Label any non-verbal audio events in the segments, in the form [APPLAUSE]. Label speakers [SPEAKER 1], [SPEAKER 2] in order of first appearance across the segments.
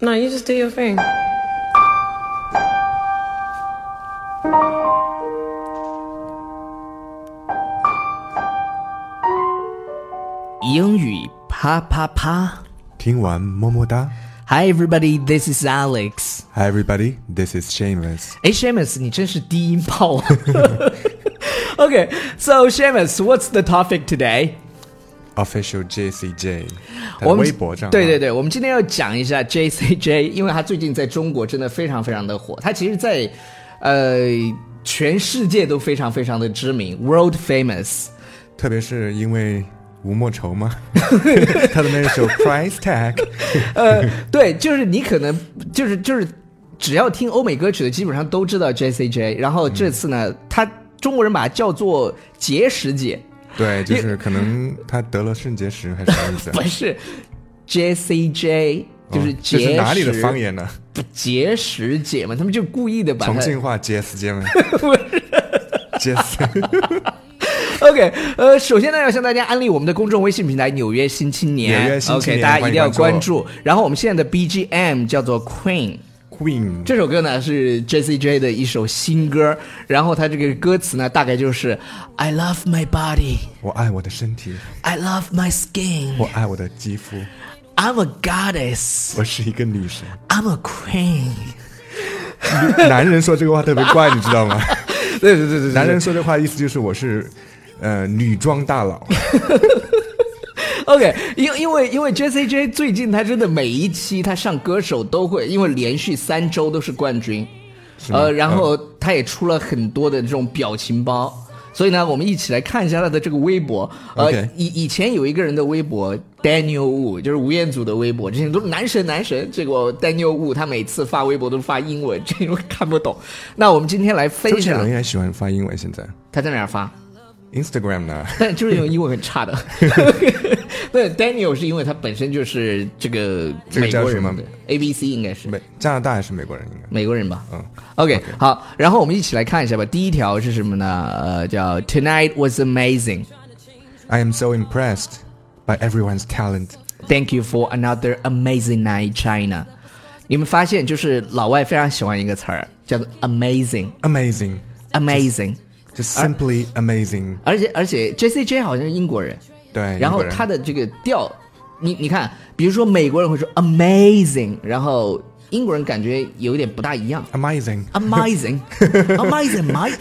[SPEAKER 1] No, you just do your thing.
[SPEAKER 2] 英语啪啪啪。
[SPEAKER 3] 听完么么哒
[SPEAKER 2] Hi everybody, this is Alex.
[SPEAKER 3] ，Hi everybody, this is Shameless。
[SPEAKER 2] 哎，Shamus，你真是低音炮。Okay, so Shamus, what's the topic today?
[SPEAKER 3] Official JCJ，他的
[SPEAKER 2] 我们
[SPEAKER 3] 微博啊账号
[SPEAKER 2] 对对对，我们今天要讲一下 JCJ，因为他最近在中国真的非常非常的火，他其实在，呃全世界都非常非常的知名，world famous。
[SPEAKER 3] 特别是因为吴莫
[SPEAKER 2] [LAUGHS]
[SPEAKER 3] 愁吗？他的那首 Price Tag，
[SPEAKER 2] 呃，对，就是你可能就是就是，只要听欧美歌曲的，基本上都知道 J C J。然后这次呢，他中国人把它叫做结石姐，
[SPEAKER 3] 对，就是可能他得了肾结石还是啥意思啊
[SPEAKER 2] 不？是 J C J，就是
[SPEAKER 3] 哦
[SPEAKER 2] 结石、
[SPEAKER 3] 这是哪里的方？言呢？
[SPEAKER 2] 结石姐嘛，他们就故意的把它
[SPEAKER 3] 重庆话 JS 街
[SPEAKER 2] [LAUGHS]
[SPEAKER 3] 吗？JS，
[SPEAKER 2] OK，呃，首先呢，要向大家安利我们的公众微信平台《纽约新青年》
[SPEAKER 3] 纽约新青
[SPEAKER 2] OK，
[SPEAKER 3] 年
[SPEAKER 2] 大家一定要
[SPEAKER 3] 欢迎关
[SPEAKER 2] 关注。然后我们现在的 BGM 叫做 Queen。
[SPEAKER 3] Queen，
[SPEAKER 2] 这首歌呢是 J C J 的一首新歌，然后它这个歌词呢大概就是 I love my body,
[SPEAKER 3] 我爱我的身体，
[SPEAKER 2] I love my
[SPEAKER 3] 我
[SPEAKER 2] skin,
[SPEAKER 3] 爱我的肌肤，
[SPEAKER 2] I'm a goddess,
[SPEAKER 3] 我是一个女神。
[SPEAKER 2] I'm a queen。
[SPEAKER 3] 男人说这个话特别怪，你知道吗？
[SPEAKER 2] 对对对对对，
[SPEAKER 3] 男人说这话意思就是我是，呃，女装
[SPEAKER 2] [LAUGHS]
[SPEAKER 3] 大佬。
[SPEAKER 2] 哎 OK，因因为因为 J C J 最近他真的每一期他上歌手都会，因为连续三周都是冠军，
[SPEAKER 3] 吗嗯
[SPEAKER 2] 呃，然后他也出了很多的这种表情包，所以呢，我们一起来看一下他的这个微博。呃
[SPEAKER 3] OK
[SPEAKER 2] 以以前有一个人的微博 Daniel Wu，就是吴彦祖的微博，之前都是男神男神，结果 Daniel Wu 他每次发微博都是发英文，这种看不懂。那我们今天来
[SPEAKER 3] 周
[SPEAKER 2] 分
[SPEAKER 3] 杰
[SPEAKER 2] 享
[SPEAKER 3] 伦也喜欢发英文，现在
[SPEAKER 2] 他在哪儿发。
[SPEAKER 3] Instagram 呢？ [LAUGHS]
[SPEAKER 2] [LAUGHS] 但就是因为英文很差的。 [LAUGHS] 对，Daniel 是因为他本身就是这个
[SPEAKER 3] 这个
[SPEAKER 2] 美
[SPEAKER 3] 叫
[SPEAKER 2] 国
[SPEAKER 3] 什么
[SPEAKER 2] 人，A B C 应该是
[SPEAKER 3] 美加拿大还是美国人？应该
[SPEAKER 2] 美国人吧。
[SPEAKER 3] 嗯
[SPEAKER 2] OK，好，然后我们一起来看一下吧。第一条是什么呢？呃，叫 Tonight was amazing.
[SPEAKER 3] I am so impressed by everyone's talent。
[SPEAKER 2] Thank you for another amazing night, China. 你们发现就是老外非常喜欢一个词儿，叫做 amazing，amazing
[SPEAKER 3] Amazing, just simply amazing。
[SPEAKER 2] 而且而且 J C J 好像是英国人，
[SPEAKER 3] 对，
[SPEAKER 2] 然
[SPEAKER 3] 英
[SPEAKER 2] 后
[SPEAKER 3] 国人
[SPEAKER 2] 他的这个调，你你看，比如说美国人会说 amazing，然后英国人感觉有一点不大一
[SPEAKER 3] [LAUGHS]
[SPEAKER 2] 样
[SPEAKER 3] amazing，
[SPEAKER 2] ，amazing，amazing might，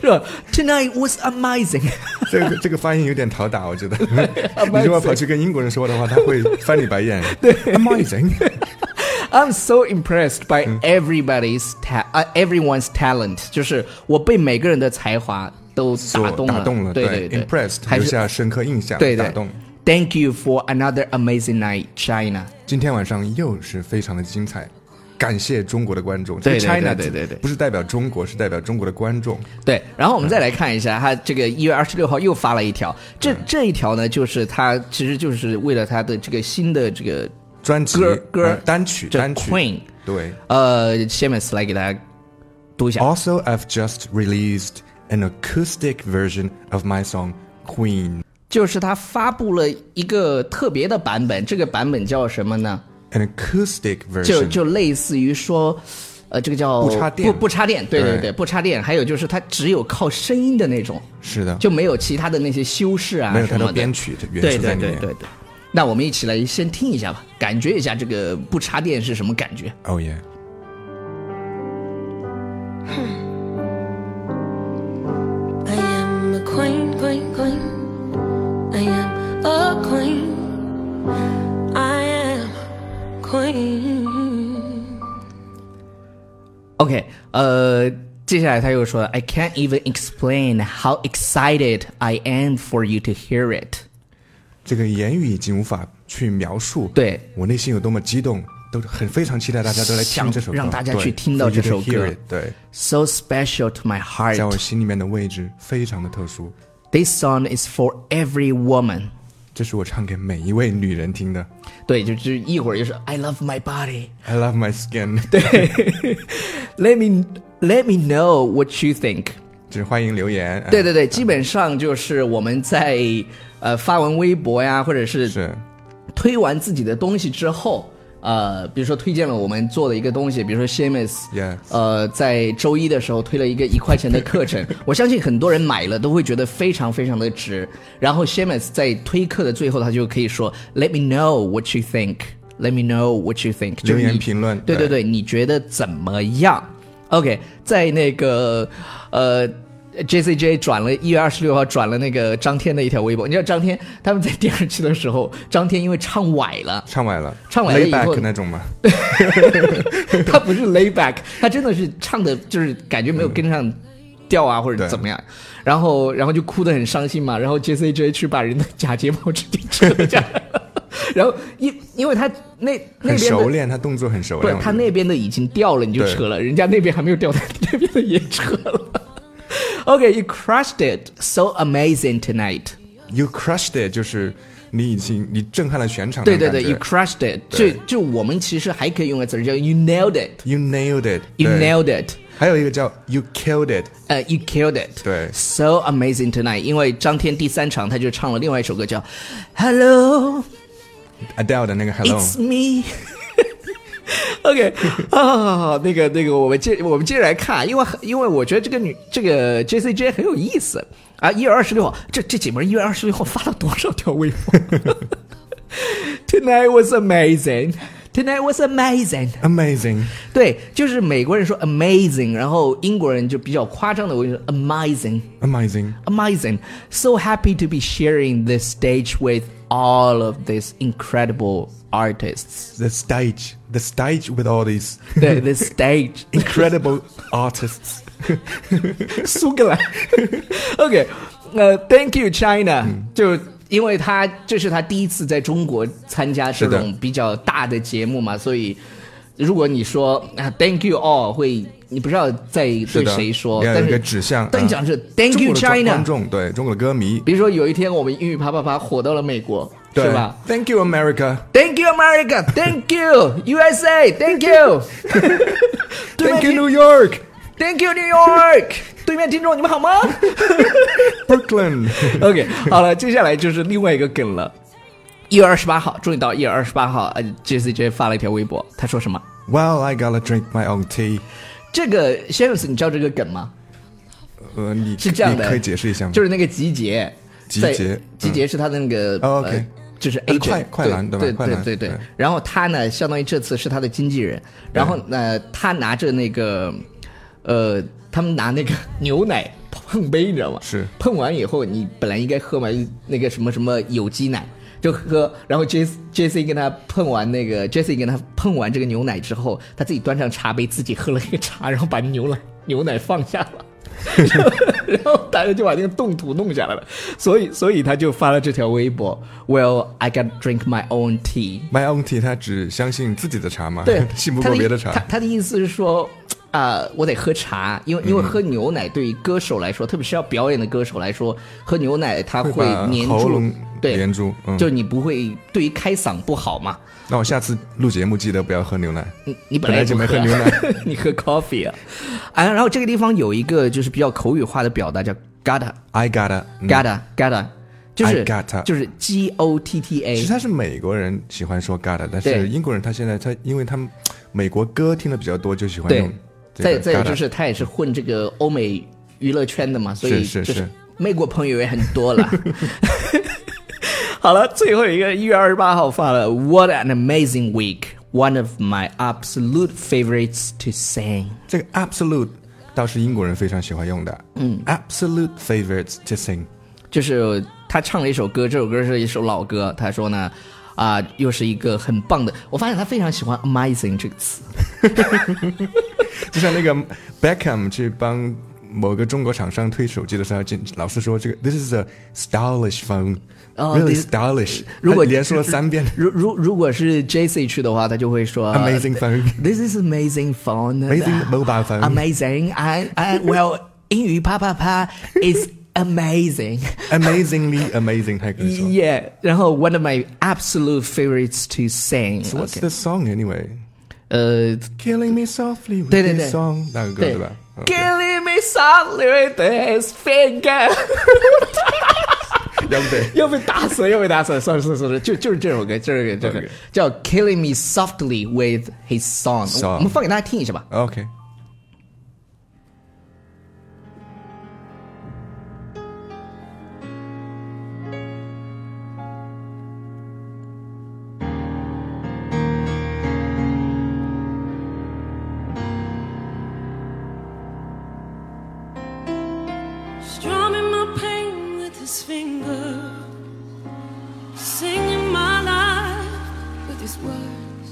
[SPEAKER 2] 是吧？Tonight was amazing， [LAUGHS]
[SPEAKER 3] 这个这个发音有点讨打，我觉得。 [LAUGHS] 你如果跑去跟英国人说的话，他会翻你白
[SPEAKER 2] [LAUGHS]
[SPEAKER 3] 眼。对，amazing。
[SPEAKER 2] I'm so impressed by everybody's ta 啊、everyone's talent，就是我被每个人的才华都打
[SPEAKER 3] 所
[SPEAKER 2] 动了，
[SPEAKER 3] 打动了，
[SPEAKER 2] 对对
[SPEAKER 3] impressed
[SPEAKER 2] 还
[SPEAKER 3] 留
[SPEAKER 2] 是
[SPEAKER 3] 下深刻印象，
[SPEAKER 2] 对
[SPEAKER 3] 打
[SPEAKER 2] 对
[SPEAKER 3] 动。
[SPEAKER 2] Thank you for another amazing night, China。
[SPEAKER 3] 今天晚上又是非常的精彩，感谢中国的观众。
[SPEAKER 2] 对
[SPEAKER 3] 这个
[SPEAKER 2] 对
[SPEAKER 3] China
[SPEAKER 2] 对对对对
[SPEAKER 3] 不是代表中国，是代表中国的观众。
[SPEAKER 2] 对，然后我们再来看一下，他这个一月二十六号又发了一条，
[SPEAKER 3] 嗯
[SPEAKER 2] 这这一条呢，就是他其实就是为了他的这个新的这个
[SPEAKER 3] 专辑
[SPEAKER 2] 歌歌
[SPEAKER 3] 呃单曲
[SPEAKER 2] 这
[SPEAKER 3] 单曲
[SPEAKER 2] Queen，
[SPEAKER 3] 对。
[SPEAKER 2] 呃，Shamus 来给大家读一下。
[SPEAKER 3] Also, I've just released an acoustic version of my song Queen.
[SPEAKER 2] 就是他发布了一个特别的版本，这个版本叫什么呢？
[SPEAKER 3] An acoustic
[SPEAKER 2] 就
[SPEAKER 3] version
[SPEAKER 2] 就类似于说，呃，这个叫
[SPEAKER 3] 不插电
[SPEAKER 2] 不不插电，对对
[SPEAKER 3] 对
[SPEAKER 2] 对，不插电。还有就是它只有靠声音的那种，
[SPEAKER 3] 是的，
[SPEAKER 2] 就没有其他的那些修饰啊
[SPEAKER 3] 没有
[SPEAKER 2] 什
[SPEAKER 3] 太
[SPEAKER 2] 么
[SPEAKER 3] 多
[SPEAKER 2] 的。
[SPEAKER 3] 编曲的元
[SPEAKER 2] 对
[SPEAKER 3] 素
[SPEAKER 2] 对
[SPEAKER 3] 在里
[SPEAKER 2] 对
[SPEAKER 3] 面。
[SPEAKER 2] 对对。那我们一起来先听一下吧，感觉一下这个不插电是什么感觉。
[SPEAKER 3] Oh yeah.
[SPEAKER 4] I am a queen, queen, queen. I am a queen. I am queen.
[SPEAKER 2] OK，呃，接下来他又说了，I can't even explain how excited I am for you to hear it。
[SPEAKER 3] 这个言语已经无法去描述，
[SPEAKER 2] 对
[SPEAKER 3] 我内心有多么激动，都很非常期待大家都来听
[SPEAKER 2] 想
[SPEAKER 3] 这首歌，
[SPEAKER 2] 让大家
[SPEAKER 3] 对
[SPEAKER 2] 去听到
[SPEAKER 3] for you
[SPEAKER 2] 这首
[SPEAKER 3] to hear
[SPEAKER 2] 歌
[SPEAKER 3] it，对，
[SPEAKER 2] So special to my
[SPEAKER 3] 在
[SPEAKER 2] heart.
[SPEAKER 3] 我心里面的位置非常的特殊，
[SPEAKER 2] This song is for every woman.
[SPEAKER 3] 这是我唱给每一位女人听的。
[SPEAKER 2] 对，就就一会儿就是 I love my body.
[SPEAKER 3] I love my skin，对， [LAUGHS]
[SPEAKER 2] Let me let me know what you think.
[SPEAKER 3] 就是欢迎留言。
[SPEAKER 2] 对对对，基本上就是我们在呃发完微博呀，或者是
[SPEAKER 3] 哎是
[SPEAKER 2] 推完自己的东西之后，呃，比如说推荐了我们做的一个东西，比如说 Shamus，、
[SPEAKER 3] Yes
[SPEAKER 2] 呃，在周一的时候推了一个一块钱的课程， [LAUGHS] 我相信很多人买了都会觉得非常非常的值。然后 Shamus 在推课的最后，他就可以说 Let me know what you think。Let me know what you think，就是
[SPEAKER 3] 留言
[SPEAKER 2] 你
[SPEAKER 3] 评论
[SPEAKER 2] 对对对，你觉得怎么样？OK，在那个呃，JCJ 转了一月二十六号转了那个张天的一条微博，你知道张天他们在第二期的时候， [LAUGHS] 张天因为唱崴了， [LAUGHS]
[SPEAKER 3] 唱歪了，
[SPEAKER 2] 唱歪了
[SPEAKER 3] lay
[SPEAKER 2] 以后
[SPEAKER 3] back 那种嘛，
[SPEAKER 2] 他不是 lay back，他真的是唱的，就是感觉没有跟上调啊，或者怎么样，然后然后就哭得很伤心嘛，然后 J C J 去把人的假睫毛直接扯了 [LAUGHS] 下来，然后因因为他那那
[SPEAKER 3] 很
[SPEAKER 2] 边
[SPEAKER 3] 熟
[SPEAKER 2] 的。
[SPEAKER 3] 练，他动作很熟
[SPEAKER 2] 不是
[SPEAKER 3] 练。
[SPEAKER 2] 他那边的已经掉了，你就
[SPEAKER 3] 对
[SPEAKER 2] 扯了，人家那边还没有掉，他 [LAUGHS] 这边的也扯了。OK，you、crushed it, so amazing tonight。
[SPEAKER 3] You crushed it，就是你已经你震撼了全场那
[SPEAKER 2] 对
[SPEAKER 3] 种
[SPEAKER 2] 对
[SPEAKER 3] 感觉。
[SPEAKER 2] 对，you crushed it 就。就我们其实还可以用个词儿叫 you nailed it，you
[SPEAKER 3] You nailed it。
[SPEAKER 2] nailed it。
[SPEAKER 3] 还有一个叫 You killed it。
[SPEAKER 2] 呃、y o u killed it，
[SPEAKER 3] 对
[SPEAKER 2] ，so amazing tonight。因为张天第三场他就唱了另外一首歌叫 Hello
[SPEAKER 3] Adele 的那个 Hello。
[SPEAKER 2] It's Me。OK [LAUGHS] 啊，那个那个，我们接我们接着来看，因为因为我觉得这个女这个 J C J 很有意思啊。一月二十六号，这这姐们一月二十六号发了多少条微博 [LAUGHS] ？Tonight was amazing. Tonight was amazing.
[SPEAKER 3] Amazing，
[SPEAKER 2] 对，就是美国人说 amazing，然后英国人就比较夸张的，我就说 amazing。
[SPEAKER 3] amazing，
[SPEAKER 2] Amazing. So happy to be sharing this stage with all of these incredible artists.
[SPEAKER 3] the stage, the stage with all these
[SPEAKER 2] [LAUGHS] The, the stage. [LAUGHS]
[SPEAKER 3] incredible [LAUGHS] artists.
[SPEAKER 2] 苏格兰。OK，呃、t h a n k you China，、就。
[SPEAKER 3] 嗯
[SPEAKER 2] 因为他这是他第一次在中国参加这
[SPEAKER 3] 是的
[SPEAKER 2] 种比较大的节目嘛，所以如果你说啊 Thank you all，会你不知道在对
[SPEAKER 3] 的
[SPEAKER 2] 谁说，
[SPEAKER 3] 要有
[SPEAKER 2] 但
[SPEAKER 3] 一
[SPEAKER 2] 是
[SPEAKER 3] 个指向
[SPEAKER 2] 但你讲是
[SPEAKER 3] 嗯
[SPEAKER 2] Thank
[SPEAKER 3] 中
[SPEAKER 2] you
[SPEAKER 3] 国的观
[SPEAKER 2] China，
[SPEAKER 3] 观众对中国的歌迷，
[SPEAKER 2] 比如说有一天我们英语啪啪啪火到了美国，
[SPEAKER 3] 对
[SPEAKER 2] 是吧？
[SPEAKER 3] ？Thank you America，
[SPEAKER 2] Thank you, America. Thank you, USA. Thank you.
[SPEAKER 3] [LAUGHS]
[SPEAKER 2] [LAUGHS] 对面
[SPEAKER 3] Thank you
[SPEAKER 2] 听
[SPEAKER 3] New York,
[SPEAKER 2] Thank you, New York. 对面听众，你们好吗
[SPEAKER 3] Brooklyn。 [LAUGHS]
[SPEAKER 2] [LAUGHS] ？OK，好了，接下来就是另外一个梗了。一月二十八号，终于到一月二十八号，呃，JCJ 发了一条微博，他说什么？
[SPEAKER 3] Well, I gotta drink my own tea。
[SPEAKER 2] 这个 s h a m s 你知道这个梗吗？
[SPEAKER 3] 呃，你
[SPEAKER 2] 是这样的，
[SPEAKER 3] 你可以解释一下吗？
[SPEAKER 2] 就是那个集结，
[SPEAKER 3] 集
[SPEAKER 2] 在
[SPEAKER 3] 结嗯
[SPEAKER 2] 集结是他的那个、呃
[SPEAKER 3] 哦 OK
[SPEAKER 2] 就是
[SPEAKER 3] 他是
[SPEAKER 2] agent，
[SPEAKER 3] 快快男
[SPEAKER 2] 对
[SPEAKER 3] 对吧快
[SPEAKER 2] 对
[SPEAKER 3] 男
[SPEAKER 2] 对对
[SPEAKER 3] 对。嗯
[SPEAKER 2] 然后他呢，相当于这次是他的经纪人，然后呢，他拿着那个，呃，他们拿那个牛奶碰杯，你知道吗？
[SPEAKER 3] 是
[SPEAKER 2] 碰完以后，你本来应该喝嘛，那个什么什么有机奶。就喝，然后 J J C 跟他碰完那个 J C 跟他碰完这个牛奶之后，他自己端上茶杯，自己喝了一个茶，然后把牛奶牛奶放下了。然后大家就把那个动图弄下来了，所以所以他就发了这条微博，Well, I can drink my own tea。
[SPEAKER 3] My own tea，他只相信自己的茶嘛，，
[SPEAKER 2] 对
[SPEAKER 3] 啊 [LAUGHS] 信不
[SPEAKER 2] 他
[SPEAKER 3] 过别的
[SPEAKER 2] 他
[SPEAKER 3] 茶。
[SPEAKER 2] 他的意思是说，啊、我得喝茶，因为因
[SPEAKER 3] 嗯
[SPEAKER 2] 为喝牛奶对于歌手来说，特别是要表演的歌手来说，喝牛奶它
[SPEAKER 3] 会把
[SPEAKER 2] 粘
[SPEAKER 3] 喉
[SPEAKER 2] 住
[SPEAKER 3] 咙，
[SPEAKER 2] 对，
[SPEAKER 3] 粘住嗯
[SPEAKER 2] 就你不会对于开嗓不好嘛。
[SPEAKER 3] 那我下次录节目记得不要喝牛奶。
[SPEAKER 2] 你你本
[SPEAKER 3] 本
[SPEAKER 2] 来
[SPEAKER 3] 来就没
[SPEAKER 2] 不
[SPEAKER 3] 喝牛奶，
[SPEAKER 2] [LAUGHS] 你喝 coffee 啊。啊，然后这个地方有一个就是比较口语化的表达叫 gotta
[SPEAKER 3] I gotta，嗯
[SPEAKER 2] gotta gotta，就是
[SPEAKER 3] I gotta
[SPEAKER 2] 就是 g o t t
[SPEAKER 3] 其
[SPEAKER 2] a
[SPEAKER 3] 实。他是美国人喜欢说 gotta，但
[SPEAKER 2] 对
[SPEAKER 3] 是英国人他现在他因为他们美国歌听的比较多，就喜欢
[SPEAKER 2] 对
[SPEAKER 3] 用，这
[SPEAKER 2] 再
[SPEAKER 3] 个
[SPEAKER 2] 再有
[SPEAKER 3] gotta
[SPEAKER 2] 就是他也是混这个欧美娱乐圈的嘛，所以
[SPEAKER 3] 是是
[SPEAKER 2] 就是
[SPEAKER 3] 是
[SPEAKER 2] 美国朋友也很多
[SPEAKER 3] [LAUGHS]
[SPEAKER 2] 了。 [LAUGHS] 好了，最后一个一月二十八号发了，What an amazing week! One of my absolute favorites to sing.
[SPEAKER 3] 这个 absolute 倒是英国人非常喜欢用的，嗯，absolute favorites to sing。
[SPEAKER 2] 就是他唱了一首歌，这首歌是一首老歌。他说呢，啊、又是一个很棒的。我发现他非常喜欢 “amazing” 这个词。
[SPEAKER 3] 就像那个 Beckham 去帮某个中国厂商推手机的时候，就老是说这个 This is a stylish phone，really、
[SPEAKER 2] 哦 this-
[SPEAKER 3] stylish。
[SPEAKER 2] 如果
[SPEAKER 3] 他连说了三
[SPEAKER 2] [LAUGHS]
[SPEAKER 3] 遍
[SPEAKER 2] 如如如果是 J C 去的话，他就会说 uh，
[SPEAKER 3] Amazing phone
[SPEAKER 2] This is amazing phone.
[SPEAKER 3] Amazing mobile phone.
[SPEAKER 2] Amazing. I I well，英语啪啪啪 is amazing.
[SPEAKER 3] amazingly amazing，他还跟
[SPEAKER 2] [LAUGHS]
[SPEAKER 3] 你说
[SPEAKER 2] Yeah，然后 one of my absolute favorites to sing.
[SPEAKER 3] So what's
[SPEAKER 2] OK
[SPEAKER 3] the song anyway？
[SPEAKER 2] 呃
[SPEAKER 3] Killing me softly with
[SPEAKER 2] 对对对
[SPEAKER 3] this song，那个歌对吧？OK
[SPEAKER 2] [LAUGHS]
[SPEAKER 3] 哦
[SPEAKER 2] Killing me softly with his finger.
[SPEAKER 3] 要被
[SPEAKER 2] 要被打死，要被打死，算了算了算了，就就是这首歌，这首歌，这首歌
[SPEAKER 3] OK
[SPEAKER 2] 叫《Killing Me Softly with His Song》，
[SPEAKER 3] Song
[SPEAKER 2] 我们放给大家听一下吧。 [LAUGHS]
[SPEAKER 3] OK。
[SPEAKER 4] Strumming my pain with his finger, singing my life with his words,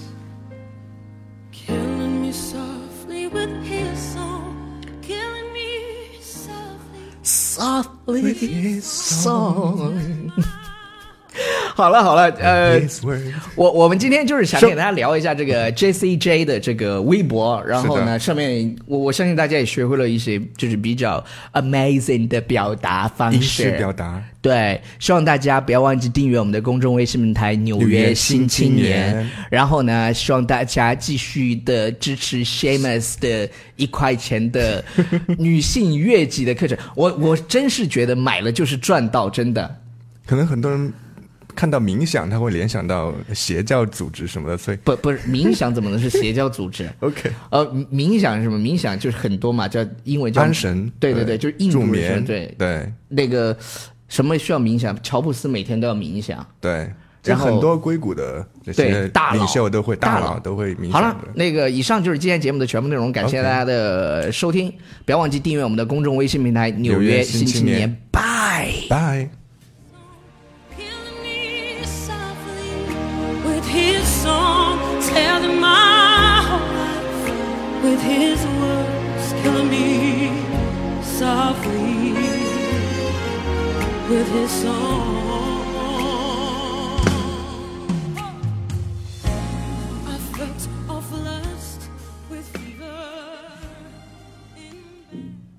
[SPEAKER 4] killing me softly with his song, killing me softly.
[SPEAKER 2] Softly with His Song。好 [LAUGHS] 了好了，呃，[LAUGHS]
[SPEAKER 3] His words
[SPEAKER 2] 我我们今天就是想
[SPEAKER 3] 是
[SPEAKER 2] 给大家聊一下这
[SPEAKER 3] 嗯
[SPEAKER 2] 个 JCJ 的这个微博，然后呢，上面我我相信大家也学会了一些就是比较 amazing 的表达方
[SPEAKER 3] 英
[SPEAKER 2] 式
[SPEAKER 3] 式，表达，
[SPEAKER 2] 对，希望大家不要忘记订阅我们的公众微信平台《纽约新青年》
[SPEAKER 3] 纽约新青年
[SPEAKER 2] 然后呢，希望大家继续的支持 Shamus 的一块钱的女性越级的课程。 [LAUGHS] 我我真是觉得买了就是赚到，真的。
[SPEAKER 3] 可能很多人看到冥想，他会联想到邪教组织什么的，所以
[SPEAKER 2] 不不是冥想怎么能是邪教组织？ [LAUGHS]
[SPEAKER 3] OK
[SPEAKER 2] 呃，冥想是什么？冥想就是很多嘛，叫英文叫
[SPEAKER 3] 安神，
[SPEAKER 2] 对对对，就是印
[SPEAKER 3] 助
[SPEAKER 2] 度人什
[SPEAKER 3] 眠
[SPEAKER 2] 么，对
[SPEAKER 3] 对
[SPEAKER 2] 那个什么需要冥想？乔布斯每天都要冥想。
[SPEAKER 3] 对，就
[SPEAKER 2] 然后
[SPEAKER 3] 很多硅谷的这
[SPEAKER 2] 对
[SPEAKER 3] 些
[SPEAKER 2] 大佬
[SPEAKER 3] 领袖都会，
[SPEAKER 2] 大
[SPEAKER 3] 佬都会冥
[SPEAKER 2] 好
[SPEAKER 3] 想
[SPEAKER 2] 了
[SPEAKER 3] 的，。
[SPEAKER 2] 那个以上就是今天节目的全部内容，感谢
[SPEAKER 3] OK
[SPEAKER 2] 大家的收听，不要忘记订阅我们的公众微信平台《纽
[SPEAKER 3] 纽约
[SPEAKER 2] 约
[SPEAKER 3] 新
[SPEAKER 2] 新
[SPEAKER 3] 青
[SPEAKER 2] 青
[SPEAKER 3] 年
[SPEAKER 2] 年》，拜。
[SPEAKER 3] 拜。
[SPEAKER 4] Killing me softly with his song, telling my whole life with his words. Killing me softly with his song. I felt awful lust with fever in.